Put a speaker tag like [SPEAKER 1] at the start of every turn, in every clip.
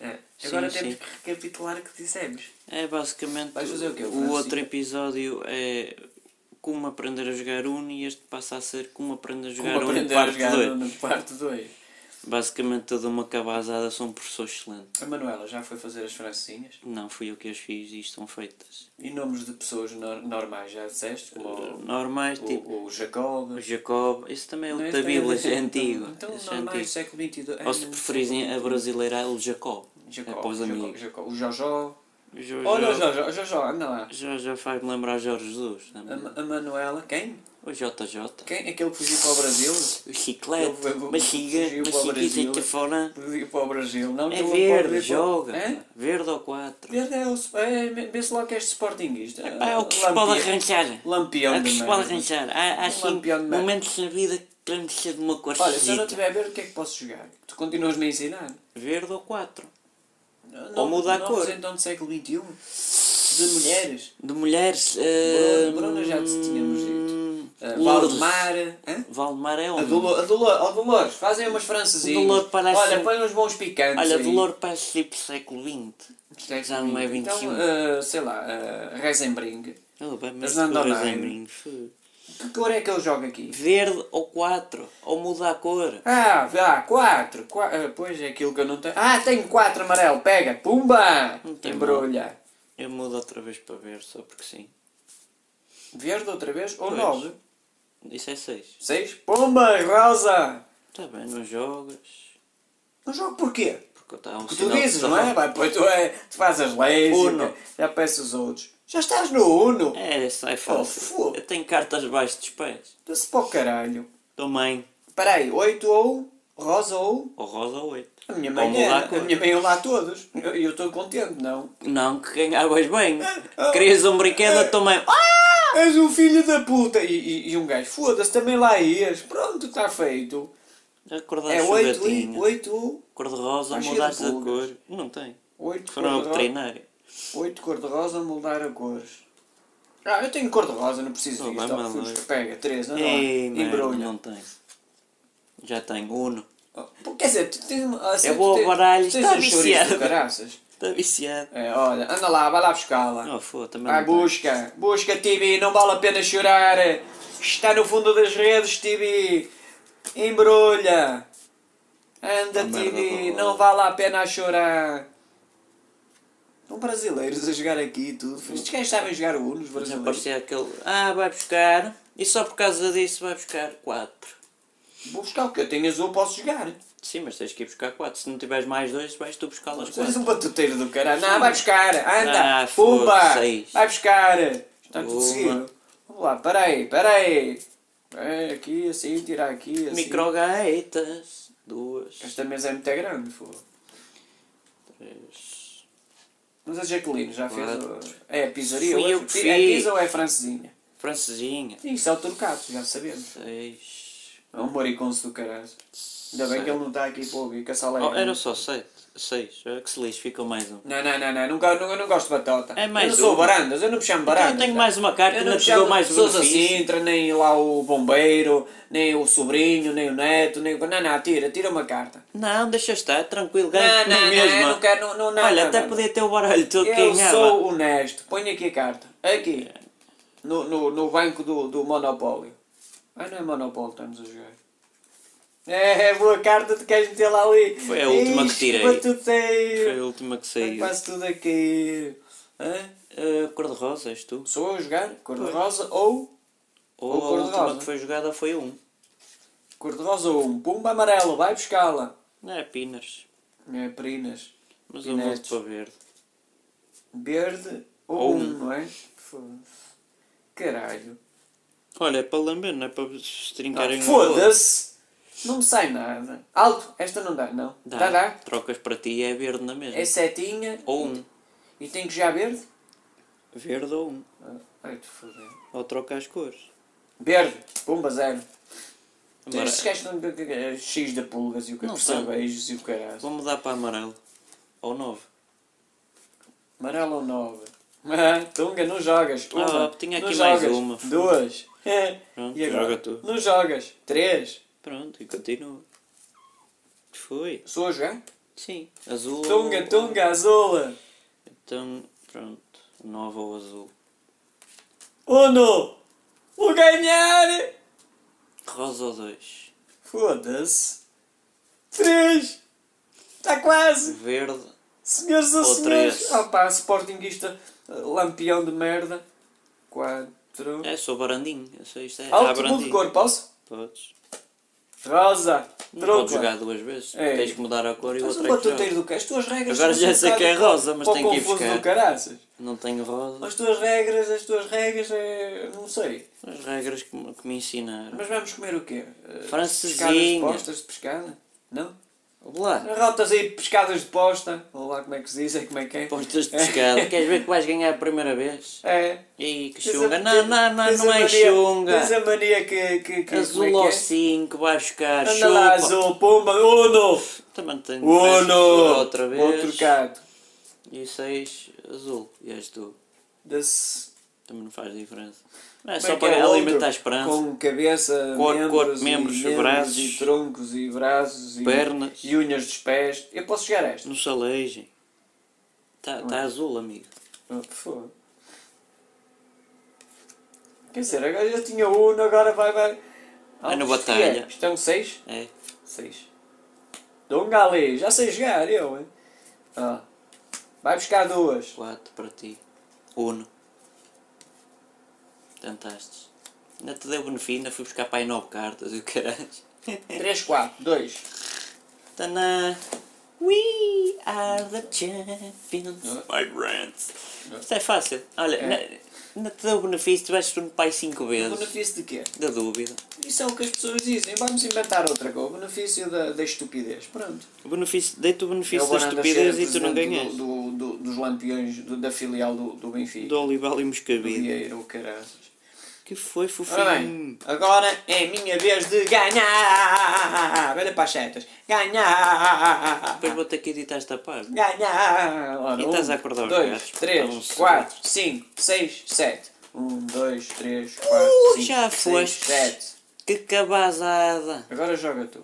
[SPEAKER 1] É. Agora
[SPEAKER 2] Sim,
[SPEAKER 1] temos
[SPEAKER 2] sim.
[SPEAKER 1] que recapitular o que dissemos.
[SPEAKER 2] É basicamente.
[SPEAKER 1] Vais fazer o quê,
[SPEAKER 2] O
[SPEAKER 1] Francisco?
[SPEAKER 2] outro episódio é como aprender a jogar Uno e este passa a ser como aprender a jogar
[SPEAKER 1] Como
[SPEAKER 2] Uno
[SPEAKER 1] aprender a
[SPEAKER 2] parte
[SPEAKER 1] jogar
[SPEAKER 2] 2.
[SPEAKER 1] na parte 2.
[SPEAKER 2] Basicamente toda uma cabazada são professores excelentes.
[SPEAKER 1] A Manuela já foi fazer as francesinhas.
[SPEAKER 2] Não, fui eu que as fiz e estão feitas.
[SPEAKER 1] E nomes de pessoas nor- normais já disseste, como o,
[SPEAKER 2] Normais, tipo
[SPEAKER 1] o, o Jacob.
[SPEAKER 2] o Jacob, esse também é
[SPEAKER 1] oh. Não,
[SPEAKER 2] o
[SPEAKER 1] esse
[SPEAKER 2] da
[SPEAKER 1] também é
[SPEAKER 2] Bíblia,
[SPEAKER 1] da-
[SPEAKER 2] é antigo.
[SPEAKER 1] Então,
[SPEAKER 2] esse é
[SPEAKER 1] normais,
[SPEAKER 2] antigo.
[SPEAKER 1] século XXII.
[SPEAKER 2] Ou se preferirem a brasileira, é o Jacob.
[SPEAKER 1] Jacob,
[SPEAKER 2] é para os
[SPEAKER 1] Jacob,
[SPEAKER 2] amigos. é.
[SPEAKER 1] Jacob. O Jojó.
[SPEAKER 2] Jo-
[SPEAKER 1] Olha o
[SPEAKER 2] jo-
[SPEAKER 1] Jojó, Jojó, anda lá.
[SPEAKER 2] já, já faz-me lembrar Jorge Jesus. não
[SPEAKER 1] A,
[SPEAKER 2] é?
[SPEAKER 1] Ma- a Manuela, quem?
[SPEAKER 2] O JJ.
[SPEAKER 1] Quem? Aquele que fugiu para o Brasil?
[SPEAKER 2] O chiclete,
[SPEAKER 1] Ele veio-
[SPEAKER 2] machiga,
[SPEAKER 1] fugiu para o
[SPEAKER 2] machiguita
[SPEAKER 1] Brasil. é.
[SPEAKER 2] que fora.
[SPEAKER 1] Fugiu para o Brasil. Não,
[SPEAKER 2] É
[SPEAKER 1] que eu vou para o
[SPEAKER 2] verde,
[SPEAKER 1] Brasil.
[SPEAKER 2] joga.
[SPEAKER 1] É?
[SPEAKER 2] pá. Verde ou 4.
[SPEAKER 1] Verde é o. É, vê-se logo que és sportinguista.
[SPEAKER 2] É o que se pode arranjar.
[SPEAKER 1] Lampião
[SPEAKER 2] É o que
[SPEAKER 1] de
[SPEAKER 2] se
[SPEAKER 1] merda.
[SPEAKER 2] pode arranjar. Há, há
[SPEAKER 1] Um
[SPEAKER 2] sim,
[SPEAKER 1] lampião de merda.
[SPEAKER 2] momentos na vida que queremos ser de uma cor
[SPEAKER 1] Olha, se eu não
[SPEAKER 2] esquisita.
[SPEAKER 1] estiver a ver, o que é que posso jogar? Tu continuas me a ensinar?
[SPEAKER 2] Verde ou 4.
[SPEAKER 1] Não,
[SPEAKER 2] Ou muda a
[SPEAKER 1] não
[SPEAKER 2] cor.
[SPEAKER 1] representam do século XXI? De mulheres?
[SPEAKER 2] De mulheres.
[SPEAKER 1] Bruna-
[SPEAKER 2] ah,
[SPEAKER 1] Bruna já te tínhamos dito. Eh,
[SPEAKER 2] Lourdes.
[SPEAKER 1] Valdemar? eh? hã?
[SPEAKER 2] Valdemar é
[SPEAKER 1] A
[SPEAKER 2] onde?
[SPEAKER 1] Dolor, a Dolor, ó, Dolores, fazem umas francesinhas.
[SPEAKER 2] Dolor parece- um-
[SPEAKER 1] Olha, põe uns bons picantes.
[SPEAKER 2] Olha,
[SPEAKER 1] aí.
[SPEAKER 2] Dolor parece tipo século XX.
[SPEAKER 1] Século
[SPEAKER 2] já não é
[SPEAKER 1] XXI.
[SPEAKER 2] 21.
[SPEAKER 1] Então, ah, sei lá, uh, Reisenbring.
[SPEAKER 2] Oh, bem,
[SPEAKER 1] Mas
[SPEAKER 2] mas
[SPEAKER 1] não
[SPEAKER 2] cores
[SPEAKER 1] dá
[SPEAKER 2] em
[SPEAKER 1] nada.
[SPEAKER 2] mim, fu.
[SPEAKER 1] Que cor é que ele joga aqui?
[SPEAKER 2] Verde ou 4. Ou muda a cor.
[SPEAKER 1] Ah, vá, quatro. qua- ah, pois é aquilo que eu não tenho. Ah, tenho quatro amarelo, pega, pumba!
[SPEAKER 2] Não tem
[SPEAKER 1] Embrulha.
[SPEAKER 2] Eu mudo outra vez para verde, só porque sim.
[SPEAKER 1] Verde outra vez ou
[SPEAKER 2] Pois.
[SPEAKER 1] nove?
[SPEAKER 2] Isso é 6.
[SPEAKER 1] Seis? Pumba, rosa!
[SPEAKER 2] Está bem, não jogas.
[SPEAKER 1] Não jogo porquê?
[SPEAKER 2] Porque eu estava um
[SPEAKER 1] Porque tu
[SPEAKER 2] sinal de
[SPEAKER 1] dizes, não
[SPEAKER 2] sarrafo.
[SPEAKER 1] é? Vai, pois tu, é, tu faz as leis,
[SPEAKER 2] Uno.
[SPEAKER 1] e já peço os outros. Já estás no Uno!
[SPEAKER 2] É, isso é fácil.
[SPEAKER 1] Oh, fogo.
[SPEAKER 2] eu tenho cartas debaixo dos pés.
[SPEAKER 1] Dá-se para o caralho.
[SPEAKER 2] Também.
[SPEAKER 1] Espera aí, oito ou, rosa ou...
[SPEAKER 2] Ou rosa ou oito.
[SPEAKER 1] A minha
[SPEAKER 2] Ou
[SPEAKER 1] mãe
[SPEAKER 2] mudar
[SPEAKER 1] era,
[SPEAKER 2] a cor.
[SPEAKER 1] a minha mãe eu lá todos. E eu- eu estou contente, não?
[SPEAKER 2] Não, que ganhavas bem.
[SPEAKER 1] Ah,
[SPEAKER 2] Querias um brinquedo, a tua mãe... Ah!
[SPEAKER 1] És um filho da puta! E, e- e um gajo, foda-se, também lá ias. Pronto, está feito.
[SPEAKER 2] Acordaste
[SPEAKER 1] É
[SPEAKER 2] é,
[SPEAKER 1] oito e
[SPEAKER 2] gatinho.
[SPEAKER 1] oito ou...
[SPEAKER 2] Cor-de-rosa,
[SPEAKER 1] Mas cheio
[SPEAKER 2] mudaste
[SPEAKER 1] de
[SPEAKER 2] a
[SPEAKER 1] pulgas.
[SPEAKER 2] cor. Não tem.
[SPEAKER 1] Oito
[SPEAKER 2] Foram ao
[SPEAKER 1] cor-de-rosa,
[SPEAKER 2] veterinário.
[SPEAKER 1] oito cor-de-rosa, moldar a cores. Ah, eu tenho cor-de-rosa, não preciso
[SPEAKER 2] Oh,
[SPEAKER 1] disto.
[SPEAKER 2] vai
[SPEAKER 1] ó,
[SPEAKER 2] maluco.
[SPEAKER 1] fusca, Pega, três, anda lá,
[SPEAKER 2] Ei, merda,
[SPEAKER 1] Ah, embrulha.
[SPEAKER 2] não tem. Já tenho. Uno.
[SPEAKER 1] Pô, Oh, Quer dizer, tu tens uma. assim,
[SPEAKER 2] Eu
[SPEAKER 1] tu
[SPEAKER 2] vou ao
[SPEAKER 1] tens-
[SPEAKER 2] É baralho,
[SPEAKER 1] tu tens
[SPEAKER 2] está
[SPEAKER 1] um chorizo
[SPEAKER 2] viciado.
[SPEAKER 1] do caraças.
[SPEAKER 2] Está Tá viciado.
[SPEAKER 1] É, olha, anda lá, vai lá buscá-la.
[SPEAKER 2] Oh, foda, também
[SPEAKER 1] Vai,
[SPEAKER 2] não tem.
[SPEAKER 1] busca, busca, Tibi, não vale a pena chorar. Está no fundo das redes, Tibi. Embrulha. Anda,
[SPEAKER 2] Oh, merda,
[SPEAKER 1] Tibi,
[SPEAKER 2] vou-
[SPEAKER 1] não vale a pena chorar. São brasileiros a jogar aqui e tudo. Estes gajos sabem jogar o Uno, os
[SPEAKER 2] Já
[SPEAKER 1] brasileiros.
[SPEAKER 2] parecia aquele... Ah, vai buscar. E só por causa disso vai buscar quatro.
[SPEAKER 1] Vou buscar o que eu tenho azul, posso jogar.
[SPEAKER 2] Sim, mas tens que ir buscar 4. Se não tiveres mais dois, vais tu buscar las
[SPEAKER 1] Tu és
[SPEAKER 2] 4.
[SPEAKER 1] um batuteiro do caralho. Não, vai buscar. Anda.
[SPEAKER 2] Ah,
[SPEAKER 1] Pumba.
[SPEAKER 2] foda-se, é isso.
[SPEAKER 1] Vai buscar. Está tudo
[SPEAKER 2] Uma.
[SPEAKER 1] seguido. Vamos lá. Peraí, peraí. É, aqui, assim, tirar aqui, assim.
[SPEAKER 2] Microgaitas. Duas.
[SPEAKER 1] Esta mesa é muito grande, foda.
[SPEAKER 2] Três.
[SPEAKER 1] Mas a Jaqueline já fez o...
[SPEAKER 2] Quatro.
[SPEAKER 1] É a pisaria
[SPEAKER 2] Fui
[SPEAKER 1] hoje?
[SPEAKER 2] eu que
[SPEAKER 1] É
[SPEAKER 2] fiz.
[SPEAKER 1] pisa ou é francesinha?
[SPEAKER 2] Francesinha.
[SPEAKER 1] Isso é o turcato, já sabemos.
[SPEAKER 2] Seis.
[SPEAKER 1] É um moriconso do caralho. Ainda bem que ele não está aqui para ouvir, que a sala é
[SPEAKER 2] Oh, era
[SPEAKER 1] grande.
[SPEAKER 2] só sete. Seis. Olha que se lixe, ficou mais um.
[SPEAKER 1] Não, não, não, não. Não, go- não, eu não gosto de batota.
[SPEAKER 2] É mais
[SPEAKER 1] eu não sou
[SPEAKER 2] um.
[SPEAKER 1] barandas, eu não me chamo barandas.
[SPEAKER 2] eu tenho
[SPEAKER 1] pá.
[SPEAKER 2] mais uma carta,
[SPEAKER 1] Eu não
[SPEAKER 2] ainda
[SPEAKER 1] me
[SPEAKER 2] te dou
[SPEAKER 1] chamo
[SPEAKER 2] mais um
[SPEAKER 1] mais Sousa
[SPEAKER 2] benefício.
[SPEAKER 1] Sintra, nem lá o bombeiro, nem o sobrinho, nem o neto, nem... Não, não, tira, tira uma carta.
[SPEAKER 2] Não, deixa estar, tranquilo,
[SPEAKER 1] Não, não,
[SPEAKER 2] ganho na
[SPEAKER 1] não, eu não
[SPEAKER 2] mesma.
[SPEAKER 1] quero, não, não, não,
[SPEAKER 2] Olha,
[SPEAKER 1] não,
[SPEAKER 2] até
[SPEAKER 1] não.
[SPEAKER 2] podia ter o baralho todo
[SPEAKER 1] Eu
[SPEAKER 2] ganhava.
[SPEAKER 1] sou honesto, põe aqui a carta, aqui, no, no, no banco do, do Monopólio. Ah, não é Monopólio que estamos a jogar. É, é boa carta, tu queres meter lá ali.
[SPEAKER 2] Foi a última que
[SPEAKER 1] Ixi,
[SPEAKER 2] tirei.
[SPEAKER 1] batuteiro.
[SPEAKER 2] Foi a última que
[SPEAKER 1] Está
[SPEAKER 2] saiu.
[SPEAKER 1] quase tudo a cair. Hã?
[SPEAKER 2] Ah, Cor-de-rosa, és tu?
[SPEAKER 1] Sou eu a jogar? Cor-de-rosa ou...
[SPEAKER 2] Ou
[SPEAKER 1] Ou
[SPEAKER 2] a
[SPEAKER 1] cor-de-rosa.
[SPEAKER 2] última que foi jogada foi um.
[SPEAKER 1] Cor-de-rosa ou um. Pumba amarelo, vai buscá-la.
[SPEAKER 2] Não é Pinas.
[SPEAKER 1] É, perinas.
[SPEAKER 2] Mas eu
[SPEAKER 1] Pinetes.
[SPEAKER 2] volto para verde.
[SPEAKER 1] Verde ou,
[SPEAKER 2] Ou
[SPEAKER 1] um,
[SPEAKER 2] um.
[SPEAKER 1] não é? Foda-se. Caralho.
[SPEAKER 2] Olha, é para lamber, não é para se trincarem
[SPEAKER 1] Ah,
[SPEAKER 2] um ao outro.
[SPEAKER 1] Foda-se! Não me sai nada. Alto! Esta não dá, não.
[SPEAKER 2] Dá.
[SPEAKER 1] Dá, dá.
[SPEAKER 2] Trocas para ti e é verde na mesma.
[SPEAKER 1] É setinha.
[SPEAKER 2] Ou um.
[SPEAKER 1] E tem que já verde?
[SPEAKER 2] Verde ou um.
[SPEAKER 1] Ah, Ai, te foder.
[SPEAKER 2] Ou troca as cores.
[SPEAKER 1] Verde. Pumba, zero. Tu
[SPEAKER 2] Amara-
[SPEAKER 1] estes gajos estão cheios é de pulgas e o que
[SPEAKER 2] Não são.
[SPEAKER 1] percebeijos e o caralho.
[SPEAKER 2] Vou mudar para amarelo. Ou nove.
[SPEAKER 1] Amarelo ou nove? Ah, Tunga, não jogas. Uma.
[SPEAKER 2] Ah, tinha
[SPEAKER 1] Não
[SPEAKER 2] aqui mais
[SPEAKER 1] jogas.
[SPEAKER 2] uma.
[SPEAKER 1] Duas. É.
[SPEAKER 2] Pronto,
[SPEAKER 1] E agora?
[SPEAKER 2] joga tu.
[SPEAKER 1] Não jogas. Três.
[SPEAKER 2] Pronto, e continua. Foi.
[SPEAKER 1] Sou a jogar?
[SPEAKER 2] Sim, azul.
[SPEAKER 1] Tunga, tunga, azul.
[SPEAKER 2] Então, pronto. Nova ou azul.
[SPEAKER 1] Uno. O ganhar.
[SPEAKER 2] Rosa ou dois.
[SPEAKER 1] Foda-se. Três. Está quase.
[SPEAKER 2] Verde.
[SPEAKER 1] Senhores a
[SPEAKER 2] Ou
[SPEAKER 1] senhores.
[SPEAKER 2] três.
[SPEAKER 1] Ah pá, Sportingista, lampião de merda. Quatro.
[SPEAKER 2] É, sou barandinho. Eu sou isto. É, já
[SPEAKER 1] Alto mudo de
[SPEAKER 2] barandinho.
[SPEAKER 1] cor, posso?
[SPEAKER 2] Podes.
[SPEAKER 1] Rosa.
[SPEAKER 2] Não podes
[SPEAKER 1] Troca.
[SPEAKER 2] jogar duas vezes.
[SPEAKER 1] É.
[SPEAKER 2] Tens que mudar a cor e
[SPEAKER 1] Mas o
[SPEAKER 2] outra é que
[SPEAKER 1] batuteiro
[SPEAKER 2] joga.
[SPEAKER 1] do que? As tuas regras
[SPEAKER 2] Agora
[SPEAKER 1] são
[SPEAKER 2] já sei que é
[SPEAKER 1] centradas
[SPEAKER 2] rosa, mas
[SPEAKER 1] para o
[SPEAKER 2] tenho que ir
[SPEAKER 1] confuso
[SPEAKER 2] buscar.
[SPEAKER 1] do caraças.
[SPEAKER 2] Não tenho rosa.
[SPEAKER 1] As tuas regras, as tuas regras, é... não sei.
[SPEAKER 2] As regras que, me- que me ensinaram.
[SPEAKER 1] Mas vamos comer o quê? Eh,
[SPEAKER 2] Francesinha.
[SPEAKER 1] Pescadas de postas de pescada? Não?
[SPEAKER 2] Olá.
[SPEAKER 1] Rotas aí de pescadas de posta. Ou lá como é que se diz, é como é que é.
[SPEAKER 2] Postas de pescado. Queres ver que vais ganhar a primeira vez?
[SPEAKER 1] É.
[SPEAKER 2] Ei, que
[SPEAKER 1] Tens a-
[SPEAKER 2] chunga. Não, não, não,
[SPEAKER 1] tens a
[SPEAKER 2] não é
[SPEAKER 1] mania-
[SPEAKER 2] chunga.
[SPEAKER 1] Tens a mania que... que, que
[SPEAKER 2] Azul
[SPEAKER 1] como é
[SPEAKER 2] ou
[SPEAKER 1] que é?
[SPEAKER 2] 5, vai buscar
[SPEAKER 1] Anda lá,
[SPEAKER 2] chupa.
[SPEAKER 1] azul, pumba, uno!
[SPEAKER 2] Também tenho peço
[SPEAKER 1] Uno!
[SPEAKER 2] chupa outra vez.
[SPEAKER 1] Vou trocar.
[SPEAKER 2] E 6, azul. E és tu.
[SPEAKER 1] Desse...
[SPEAKER 2] Também não faz diferença. Não é
[SPEAKER 1] Como
[SPEAKER 2] só
[SPEAKER 1] é que é
[SPEAKER 2] para
[SPEAKER 1] outro?
[SPEAKER 2] alimentar a esperança.
[SPEAKER 1] Com cabeça,
[SPEAKER 2] Corpo,
[SPEAKER 1] membros,
[SPEAKER 2] corpo,
[SPEAKER 1] e
[SPEAKER 2] membros,
[SPEAKER 1] membros,
[SPEAKER 2] braços.
[SPEAKER 1] e troncos, e braços, e,
[SPEAKER 2] Pernas.
[SPEAKER 1] e unhas dos pés. Eu posso chegar a esta?
[SPEAKER 2] Não se aleijem. Está tá azul, amigo.
[SPEAKER 1] Oh, foda. Quer dizer, agora já tinha um, agora vai, vai.
[SPEAKER 2] Vai
[SPEAKER 1] isto
[SPEAKER 2] na
[SPEAKER 1] que
[SPEAKER 2] batalha.
[SPEAKER 1] É? Isto é um 6?
[SPEAKER 2] É.
[SPEAKER 1] 6. Dunga ali, um já sei jogar eu, hein? Ah. Vai buscar duas.
[SPEAKER 2] 4 para ti. Uno. Tentaste. Ainda te deu benefício, ainda fui buscar para aí 9 cartas e o caralho.
[SPEAKER 1] 3, 4, 2.
[SPEAKER 2] Tana. We are the champions. My friends. Isto é fácil. Olha,
[SPEAKER 1] É.
[SPEAKER 2] na- ainda te deu benefício, tiveste um pai 5 vezes.
[SPEAKER 1] Benefício de quê?
[SPEAKER 2] Da dúvida.
[SPEAKER 1] Isso é o que as pessoas dizem. Vamos inventar outra coisa. O benefício da, da estupidez. Pronto.
[SPEAKER 2] O benefício, dei-te o benefício
[SPEAKER 1] Eu vou
[SPEAKER 2] da
[SPEAKER 1] andar a
[SPEAKER 2] estupidez
[SPEAKER 1] É ser
[SPEAKER 2] e tu não
[SPEAKER 1] presidente
[SPEAKER 2] ganhas. Do,
[SPEAKER 1] Do, do, do, dos lampiões do- da filial do, do Benfica. Do
[SPEAKER 2] Olival e Moscavide.
[SPEAKER 1] Vieira, o caralho.
[SPEAKER 2] Que foi,
[SPEAKER 1] Ora bem,
[SPEAKER 2] fofinho.
[SPEAKER 1] agora é minha vez de ganhar! Olha para as setas! Ganhar!
[SPEAKER 2] Depois vou ter que editar esta parte.
[SPEAKER 1] Ganhar! Ora, um,
[SPEAKER 2] E estás a acordar os gatos,
[SPEAKER 1] dois,
[SPEAKER 2] porque estão
[SPEAKER 1] três,
[SPEAKER 2] sedentos.
[SPEAKER 1] quatro, cinco, seis, sete. Um, dois, três, quatro,
[SPEAKER 2] Uh,
[SPEAKER 1] cinco,
[SPEAKER 2] já
[SPEAKER 1] seis,
[SPEAKER 2] foste.
[SPEAKER 1] sete.
[SPEAKER 2] Que cabazada.
[SPEAKER 1] Agora joga tu.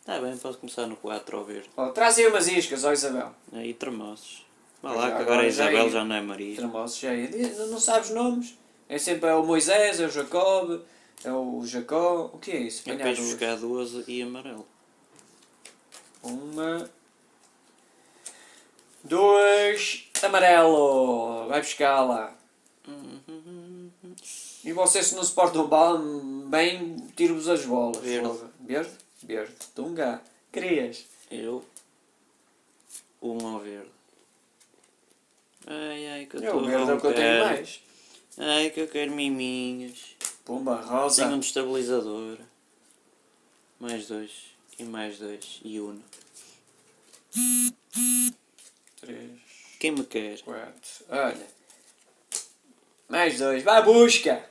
[SPEAKER 2] Está bem, posso começar no 4 ao verde.
[SPEAKER 1] Oh, traz aí umas iscas, ó Isabel.
[SPEAKER 2] Aí tremosos. Vá
[SPEAKER 1] Mas
[SPEAKER 2] lá,
[SPEAKER 1] já
[SPEAKER 2] que agora
[SPEAKER 1] agora
[SPEAKER 2] a
[SPEAKER 1] já
[SPEAKER 2] Isabel
[SPEAKER 1] ia.
[SPEAKER 2] já não é Maria.
[SPEAKER 1] Tremosos, já ia. Diz, Não sabes nomes? É sempre é o Moisés, é o Jacob, é o Jacó. O que é isso?
[SPEAKER 2] Eu
[SPEAKER 1] Apanhar
[SPEAKER 2] quero
[SPEAKER 1] duas.
[SPEAKER 2] buscar 12 e amarelo.
[SPEAKER 1] Uma. Dois. Amarelo. Vai buscar lá.
[SPEAKER 2] Uhum.
[SPEAKER 1] E vocês se não se portam ba- bem, tiro-vos as bolas.
[SPEAKER 2] Verde.
[SPEAKER 1] Foda. Verde? Verde. Tunga. Querias?
[SPEAKER 2] Eu. Um ao verde. Ai ai que eu
[SPEAKER 1] É o
[SPEAKER 2] estou
[SPEAKER 1] verde é o que eu tenho mais.
[SPEAKER 2] Ai que eu quero miminhos.
[SPEAKER 1] Pumba,
[SPEAKER 2] Tenho um
[SPEAKER 1] rosa.
[SPEAKER 2] destabilizador. Mais dois. E mais dois. E uno.
[SPEAKER 1] Três,
[SPEAKER 2] Quem me quer?
[SPEAKER 1] quatro. Olha. Mais dois. Vai, busca.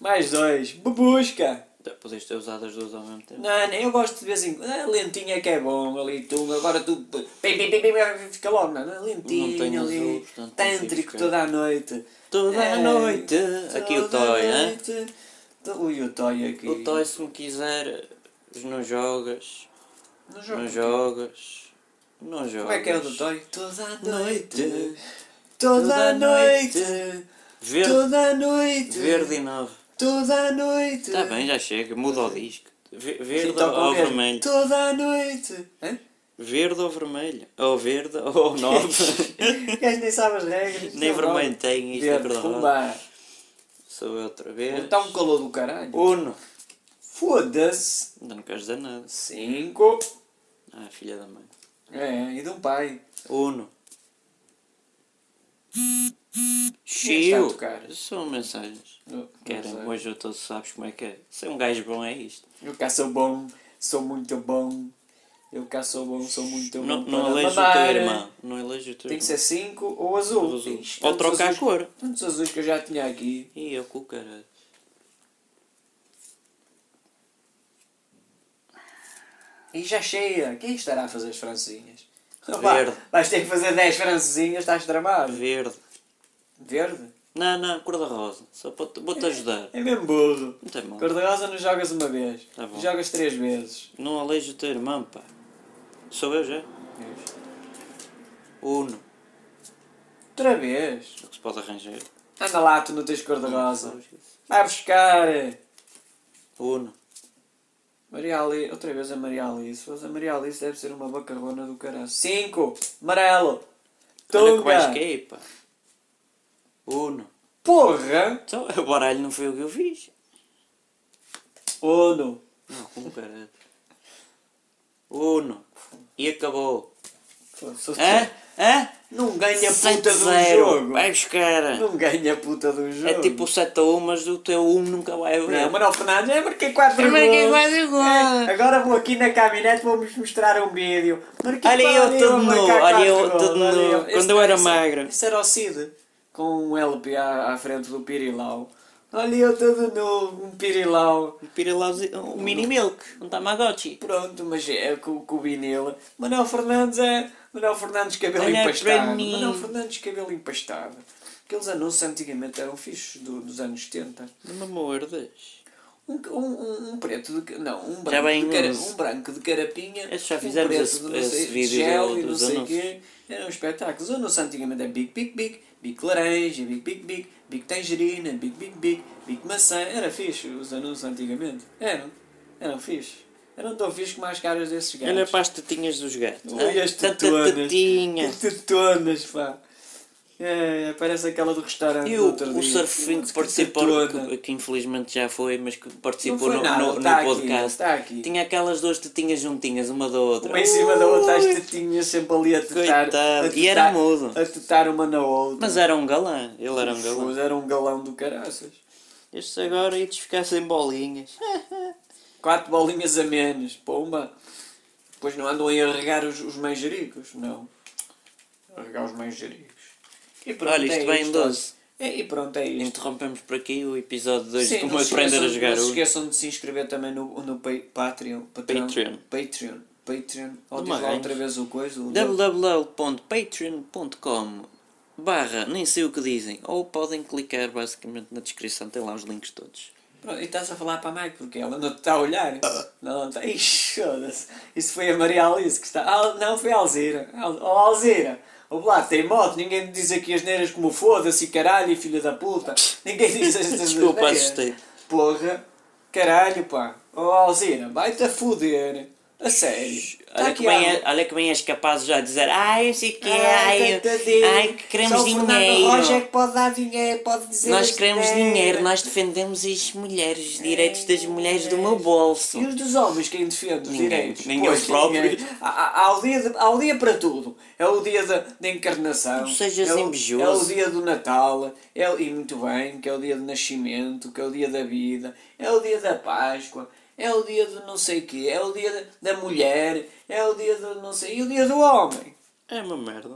[SPEAKER 1] Mais dois. Bu- Busca.
[SPEAKER 2] Tá, Podias ter usado as duas ao mesmo tempo.
[SPEAKER 1] Não, não, eu gosto de vez em quando. Ah, lentinha que é bom, ali tu, agora tu. Pim, pim, pim, pim, pim, fica logo, não, não,
[SPEAKER 2] Não tenho
[SPEAKER 1] lentinho
[SPEAKER 2] azul,
[SPEAKER 1] ali.
[SPEAKER 2] portanto, não sei
[SPEAKER 1] Tântrico
[SPEAKER 2] buscar.
[SPEAKER 1] toda a noite.
[SPEAKER 2] Toda a
[SPEAKER 1] É,
[SPEAKER 2] noite. Aqui o
[SPEAKER 1] toda
[SPEAKER 2] Toy,
[SPEAKER 1] a
[SPEAKER 2] hein?
[SPEAKER 1] noite. To- Ui, o Toy aqui.
[SPEAKER 2] O Toy, se me quiser, não jogas.
[SPEAKER 1] Não joga.
[SPEAKER 2] Não jogas. Não jogas.
[SPEAKER 1] Como é que é o do Toy? Toda a noite.
[SPEAKER 2] Noite.
[SPEAKER 1] Toda a noite.
[SPEAKER 2] Verde,
[SPEAKER 1] Toda a noite.
[SPEAKER 2] verde e nove.
[SPEAKER 1] Toda a noite.
[SPEAKER 2] Está Tá bem, já chega. Muda o disco. Ve- Verde
[SPEAKER 1] Então,
[SPEAKER 2] ou
[SPEAKER 1] qualquer-
[SPEAKER 2] vermelho?
[SPEAKER 1] Toda a noite. Hã?
[SPEAKER 2] Verde ou vermelho? Ou verde ou nove?
[SPEAKER 1] O gajo nem sabe as regras. é um
[SPEAKER 2] Nem
[SPEAKER 1] Não, não.
[SPEAKER 2] vermelho tem, isto é
[SPEAKER 1] Verde,
[SPEAKER 2] verdade.
[SPEAKER 1] pumba.
[SPEAKER 2] Sou eu outra vez.
[SPEAKER 1] Está um calor do caralho.
[SPEAKER 2] Uno.
[SPEAKER 1] Foda-se.
[SPEAKER 2] Ainda não queres dizer nada.
[SPEAKER 1] Cinco.
[SPEAKER 2] Ah, filha da mãe.
[SPEAKER 1] É, e de um pai.
[SPEAKER 2] Uno. é
[SPEAKER 1] Quem está a
[SPEAKER 2] Chiu.
[SPEAKER 1] tocar?
[SPEAKER 2] São mensagens.
[SPEAKER 1] Não- não
[SPEAKER 2] Querem,
[SPEAKER 1] sei.
[SPEAKER 2] hoje eu tô, sabes como é que é. Ser um gajo bom é isto.
[SPEAKER 1] Eu cá sou bom, sou muito bom. Eu cá sou bom, sou muito bom.
[SPEAKER 2] Não,
[SPEAKER 1] para
[SPEAKER 2] não eleges o teu
[SPEAKER 1] mamar.
[SPEAKER 2] irmão. Não eleges o teu
[SPEAKER 1] Tem que
[SPEAKER 2] irmão.
[SPEAKER 1] ser cinco ou azul.
[SPEAKER 2] Azul.
[SPEAKER 1] Tens
[SPEAKER 2] Ou
[SPEAKER 1] tantos
[SPEAKER 2] trocar a
[SPEAKER 1] azuis-
[SPEAKER 2] cor.
[SPEAKER 1] Tantos azuis que eu já tinha aqui.
[SPEAKER 2] E eu com o caralho.
[SPEAKER 1] E já cheia. Quem estará a fazer as francesinhas?
[SPEAKER 2] Verde.
[SPEAKER 1] Vá, Vais ter que fazer 10 francesinhas, estás tramado.
[SPEAKER 2] Verde.
[SPEAKER 1] Verde?
[SPEAKER 2] Não, não, cor da rosa. Só para te- vou-te ajudar.
[SPEAKER 1] É mesmo burro.
[SPEAKER 2] Não tem mal.
[SPEAKER 1] Cor-de-rosa não jogas uma vez.
[SPEAKER 2] Tá bom.
[SPEAKER 1] jogas três vezes.
[SPEAKER 2] Não aleija o teu irmão, pá. Sou eu já. Uno.
[SPEAKER 1] Outra vez.
[SPEAKER 2] O que se pode arranjar.
[SPEAKER 1] Anda lá, tu não tens cor-de-rosa. Vai buscar.
[SPEAKER 2] Uno.
[SPEAKER 1] Maria Alice. Outra vez a Maria Alice. Mas a Maria Alice deve ser uma bacarrona do caralho. Cinco. Amarelo.
[SPEAKER 2] Olha que mais
[SPEAKER 1] Tunga.
[SPEAKER 2] que é, pá. Uno.
[SPEAKER 1] Porra.
[SPEAKER 2] Então, o baralho não foi o que eu fiz.
[SPEAKER 1] Uno.
[SPEAKER 2] Não, como caralho. Uno. E acabou.
[SPEAKER 1] Foda-se.
[SPEAKER 2] Hã? Hã?
[SPEAKER 1] Não ganha puta de um
[SPEAKER 2] 7-0.
[SPEAKER 1] jogo.
[SPEAKER 2] Vai buscar.
[SPEAKER 1] Não ganha puta de um jogo.
[SPEAKER 2] É tipo o 7 a 1, mas o teu 1 nunca vai
[SPEAKER 1] Não,
[SPEAKER 2] haver.
[SPEAKER 1] Manuel Fernandes, é marquei 4
[SPEAKER 2] Eu
[SPEAKER 1] gols.
[SPEAKER 2] marquei quatro gols.
[SPEAKER 1] É, agora vou aqui na caminhonete, vou-vos mostrar um vídeo. Marquei
[SPEAKER 2] Olha
[SPEAKER 1] quatro
[SPEAKER 2] eu todo
[SPEAKER 1] a marcar
[SPEAKER 2] nu,
[SPEAKER 1] quatro
[SPEAKER 2] olha eu
[SPEAKER 1] gols,
[SPEAKER 2] todo
[SPEAKER 1] olha
[SPEAKER 2] nu,
[SPEAKER 1] eu. é-
[SPEAKER 2] quando
[SPEAKER 1] Este-
[SPEAKER 2] eu era
[SPEAKER 1] este-
[SPEAKER 2] magro.
[SPEAKER 1] Este era o Cid, com um LP à, à frente do Pirilau. Olha eu todo nu, um Pirilau.
[SPEAKER 2] Pirilaus- Um mini milk. Um Tamagotchi.
[SPEAKER 1] Pronto, mas é com, com o vinil. Manuel Fernandes é. Manuel Fernandes cabelo
[SPEAKER 2] Olha para
[SPEAKER 1] empastado.
[SPEAKER 2] mim.
[SPEAKER 1] Manuel Fernandes cabelo empastado. Aqueles anúncios antigamente eram fixos do- dos anos 70.
[SPEAKER 2] Não me mordas.
[SPEAKER 1] Um, um- um, um preto de. ca- Não, um
[SPEAKER 2] Já
[SPEAKER 1] branco,
[SPEAKER 2] bem
[SPEAKER 1] de, cara,
[SPEAKER 2] onze.
[SPEAKER 1] um branco de carapinha.
[SPEAKER 2] Esse já
[SPEAKER 1] um
[SPEAKER 2] fizemos
[SPEAKER 1] preto
[SPEAKER 2] esse-
[SPEAKER 1] de não
[SPEAKER 2] esse
[SPEAKER 1] sei- de
[SPEAKER 2] vídeo
[SPEAKER 1] gel
[SPEAKER 2] do-
[SPEAKER 1] e não
[SPEAKER 2] dos
[SPEAKER 1] sei o
[SPEAKER 2] anúncios.
[SPEAKER 1] quê. Era um espetáculo. Os anúncios antigamente é big, big, big, big laranja, big, big, big, big tangerina, big, big, big, big maçã. Era fixe os anúncios antigamente. Eram. Eram fixe. Eram tão fixe como as caras desses gajos.
[SPEAKER 2] Olha para as tetinhas dos gatos.
[SPEAKER 1] Ui,
[SPEAKER 2] hã?
[SPEAKER 1] as
[SPEAKER 2] Tanta
[SPEAKER 1] tetuanas.
[SPEAKER 2] tetinha.
[SPEAKER 1] Que tetonas, pá. É, parece aquela do restaurante
[SPEAKER 2] E
[SPEAKER 1] do
[SPEAKER 2] o,
[SPEAKER 1] outro
[SPEAKER 2] o
[SPEAKER 1] dia.
[SPEAKER 2] surfinho que
[SPEAKER 1] Que
[SPEAKER 2] participou,
[SPEAKER 1] tetona.
[SPEAKER 2] que, que infelizmente já foi, mas que
[SPEAKER 1] Não
[SPEAKER 2] participou
[SPEAKER 1] foi
[SPEAKER 2] no,
[SPEAKER 1] nada,
[SPEAKER 2] no- no
[SPEAKER 1] tá aqui,
[SPEAKER 2] podcast,
[SPEAKER 1] tá aqui.
[SPEAKER 2] tinha aquelas duas tetinhas juntinhas, uma da outra.
[SPEAKER 1] Uma em cima da outra, as
[SPEAKER 2] Ui,
[SPEAKER 1] tetinhas sempre ali a tetar.
[SPEAKER 2] Coitado.
[SPEAKER 1] a
[SPEAKER 2] E era
[SPEAKER 1] tetar-
[SPEAKER 2] mudo.
[SPEAKER 1] A tetar uma na outra.
[SPEAKER 2] Mas era um galã, ele era um galã.
[SPEAKER 1] Mas era um galão do caraças.
[SPEAKER 2] Estes agora iam ficar sem bolinhas.
[SPEAKER 1] É, Quatro bolinhas a menos, pomba. Depois não andam aí a regar os, os manjericos, não. A regar os manjericos. E
[SPEAKER 2] Olha, isto
[SPEAKER 1] é
[SPEAKER 2] vai em 12.
[SPEAKER 1] É, E pronto, é isto.
[SPEAKER 2] Interrompemos por aqui o episódio 2 de
[SPEAKER 1] Sim,
[SPEAKER 2] como
[SPEAKER 1] não se
[SPEAKER 2] aprender a
[SPEAKER 1] esqueçam-
[SPEAKER 2] jogar
[SPEAKER 1] Não se
[SPEAKER 2] o
[SPEAKER 1] esqueçam de se inscrever também no, no pa Patreon. Patrão,
[SPEAKER 2] Patreon.
[SPEAKER 1] Patreon. Patreon. Ou
[SPEAKER 2] Do
[SPEAKER 1] diz lá
[SPEAKER 2] Magalhães.
[SPEAKER 1] outra vez o coisa. o
[SPEAKER 2] www.patreon.com barra, nem sei o que dizem, ou podem clicar basicamente na descrição, tem lá os links todos.
[SPEAKER 1] Pronto, e estás a falar para a Mike porque ela não te está a olhar. Não, não está. Ixi, foda-se. Isso foi a Maria Alice que está. Ah, não, foi a Alzira. Al- Oh, Alzira. Ouve lá, tem moto. Ninguém te diz aqui as neiras como foda-se e caralho e filha da puta. Ninguém diz estas
[SPEAKER 2] Desculpa,
[SPEAKER 1] asneiras.
[SPEAKER 2] assustei.
[SPEAKER 1] Porra. Caralho, pá. Oh, Alzira, vai-te a foder. A sério. Tá
[SPEAKER 2] Olha
[SPEAKER 1] aqui
[SPEAKER 2] que, bem,
[SPEAKER 1] a-
[SPEAKER 2] é- olha que bem és capaz já de dizer Ai, eu sei que é, ai, eu-
[SPEAKER 1] tadinho.
[SPEAKER 2] ai, que queremos
[SPEAKER 1] Só o Fernando Rocha é que
[SPEAKER 2] dinheiro
[SPEAKER 1] pode dar dinheiro, pode dizer
[SPEAKER 2] Nós
[SPEAKER 1] este
[SPEAKER 2] queremos dinheiro, nós defendemos as mulheres, os direitos das mulheres do meu bolso
[SPEAKER 1] E os dos homens, quem defende os
[SPEAKER 2] Ninguém.
[SPEAKER 1] direitos?
[SPEAKER 2] Nem eles próprios.
[SPEAKER 1] ninguém. Há, há- há o dia de- há o dia para tudo. É o dia da, da encarnação.
[SPEAKER 2] Não sejas
[SPEAKER 1] é o,
[SPEAKER 2] invejoso.
[SPEAKER 1] É o dia do Natal. É, o- e muito bem, que é o dia do nascimento, que é o dia da vida. É o dia da Páscoa. É o dia do não sei o quê. É o dia da, da mulher. É o dia do não sei... E o dia do homem.
[SPEAKER 2] É uma merda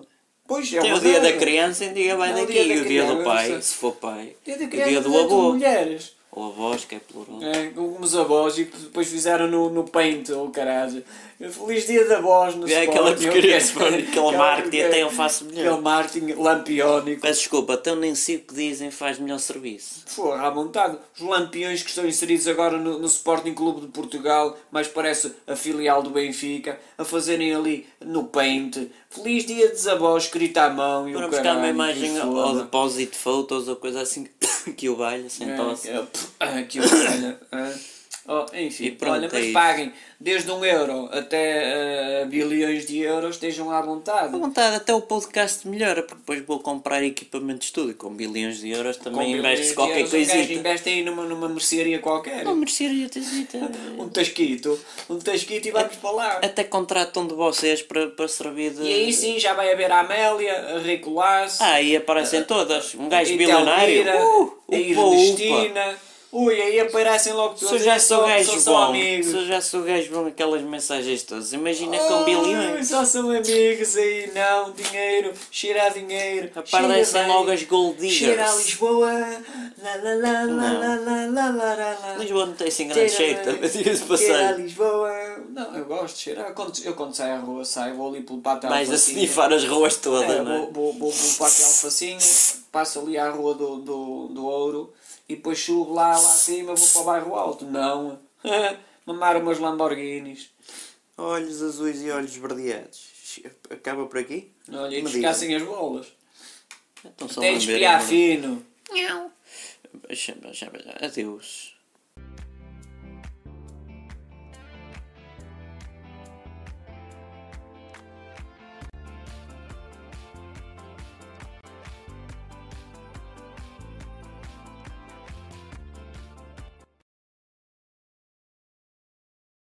[SPEAKER 1] Pois é
[SPEAKER 2] Tem o
[SPEAKER 1] uma
[SPEAKER 2] dia da
[SPEAKER 1] merda.
[SPEAKER 2] criança e diga bem
[SPEAKER 1] É o
[SPEAKER 2] daqui
[SPEAKER 1] dia da
[SPEAKER 2] E o dia do
[SPEAKER 1] criança.
[SPEAKER 2] pai, se for pai
[SPEAKER 1] Dia da
[SPEAKER 2] O
[SPEAKER 1] criança
[SPEAKER 2] dia do
[SPEAKER 1] é tudo
[SPEAKER 2] avô
[SPEAKER 1] mulheres.
[SPEAKER 2] Ou avós, que é plural
[SPEAKER 1] É, com os avós e que depois fizeram no, no Paint, ou oh, caralho. Feliz dia da voz no
[SPEAKER 2] É aquela
[SPEAKER 1] Sporting,
[SPEAKER 2] porcaria,
[SPEAKER 1] ok?
[SPEAKER 2] Sporting, aquele marketing,
[SPEAKER 1] porcaria.
[SPEAKER 2] até eu faço melhor.
[SPEAKER 1] Aquele marketing lampiónico.
[SPEAKER 2] Peço desculpa, então nem sei o que dizem faz melhor serviço
[SPEAKER 1] Porra, à vontade. Os lampiões que estão inseridos agora no, no Sporting Clube de Portugal, mas parece a filial do Benfica, a fazerem ali no Paint. Feliz dia dos avós, escrito à mão e
[SPEAKER 2] Para
[SPEAKER 1] o
[SPEAKER 2] buscar
[SPEAKER 1] caralho.
[SPEAKER 2] uma
[SPEAKER 1] e
[SPEAKER 2] imagem
[SPEAKER 1] foda.
[SPEAKER 2] ao depósito photos ou coisa assim Que o valha, sem tosse
[SPEAKER 1] É, é, pff, ah, que orelha, ah. Oh, enfim,
[SPEAKER 2] E pronto,
[SPEAKER 1] olha,
[SPEAKER 2] é
[SPEAKER 1] mas
[SPEAKER 2] isso.
[SPEAKER 1] paguem desde um euro até ah, bilhões de euros, estejam à vontade.
[SPEAKER 2] À vontade, até o podcast melhora, porque depois vou comprar equipamento de estudo e com bilhões de euros também
[SPEAKER 1] Com bilhões
[SPEAKER 2] investe
[SPEAKER 1] de
[SPEAKER 2] qualquer
[SPEAKER 1] euros, um gajo
[SPEAKER 2] coisita.
[SPEAKER 1] investe aí numa, numa mercearia qualquer.
[SPEAKER 2] Não mereceria tesita.
[SPEAKER 1] Um tasquito, um tasquito e vamos para lá.
[SPEAKER 2] É Até contratam de vocês para, para servir de.
[SPEAKER 1] E aí sim já vai haver a Amélia, a Ricolas,
[SPEAKER 2] Ah, aí aparecem todas. Um gajo
[SPEAKER 1] a
[SPEAKER 2] bilionário.
[SPEAKER 1] Telmira, a
[SPEAKER 2] Uh, upa, upa.
[SPEAKER 1] Ernestina. Ui, aí aparecem logo todos.
[SPEAKER 2] Se eu já sou gajo
[SPEAKER 1] só, só
[SPEAKER 2] bom,
[SPEAKER 1] amigos.
[SPEAKER 2] se eu já sou gajo bom, aquelas mensagens todas. Imagina com bilhões.
[SPEAKER 1] Só são amigos aí, não, dinheiro, cheira a dinheiro.
[SPEAKER 2] Aparecem logo as gold
[SPEAKER 1] Cheira a
[SPEAKER 2] diggers.
[SPEAKER 1] Lisboa. Lá, lá, lá, lá, lá, lá, lá, lá, lá, lá.
[SPEAKER 2] Lisboa não tem assim grande cheiro, também diga-se
[SPEAKER 1] Cheira a
[SPEAKER 2] passagem.
[SPEAKER 1] Lisboa. Não, eu gosto de cheirar. Quando- Eu quando saio à rua, saio, vou ali pelo pátio
[SPEAKER 2] Mais a
[SPEAKER 1] Alfacinha.
[SPEAKER 2] snifar as ruas todas,
[SPEAKER 1] É,
[SPEAKER 2] não Ah, é?
[SPEAKER 1] vou, vou, vou pelo pátio Alfacinha. passo ali à rua do, do, do Ouro e depois subo lá, lá acima, vou para o bairro alto. Não. Mamar umas Lamborghinis.
[SPEAKER 2] Olhos azuis e olhos verdeados. Acaba por aqui?
[SPEAKER 1] Olha, e
[SPEAKER 2] Me
[SPEAKER 1] descassem as bolas.
[SPEAKER 2] Então só
[SPEAKER 1] Até
[SPEAKER 2] lamber a
[SPEAKER 1] espiar
[SPEAKER 2] mão.
[SPEAKER 1] fino.
[SPEAKER 2] Chama, chama, Adeus.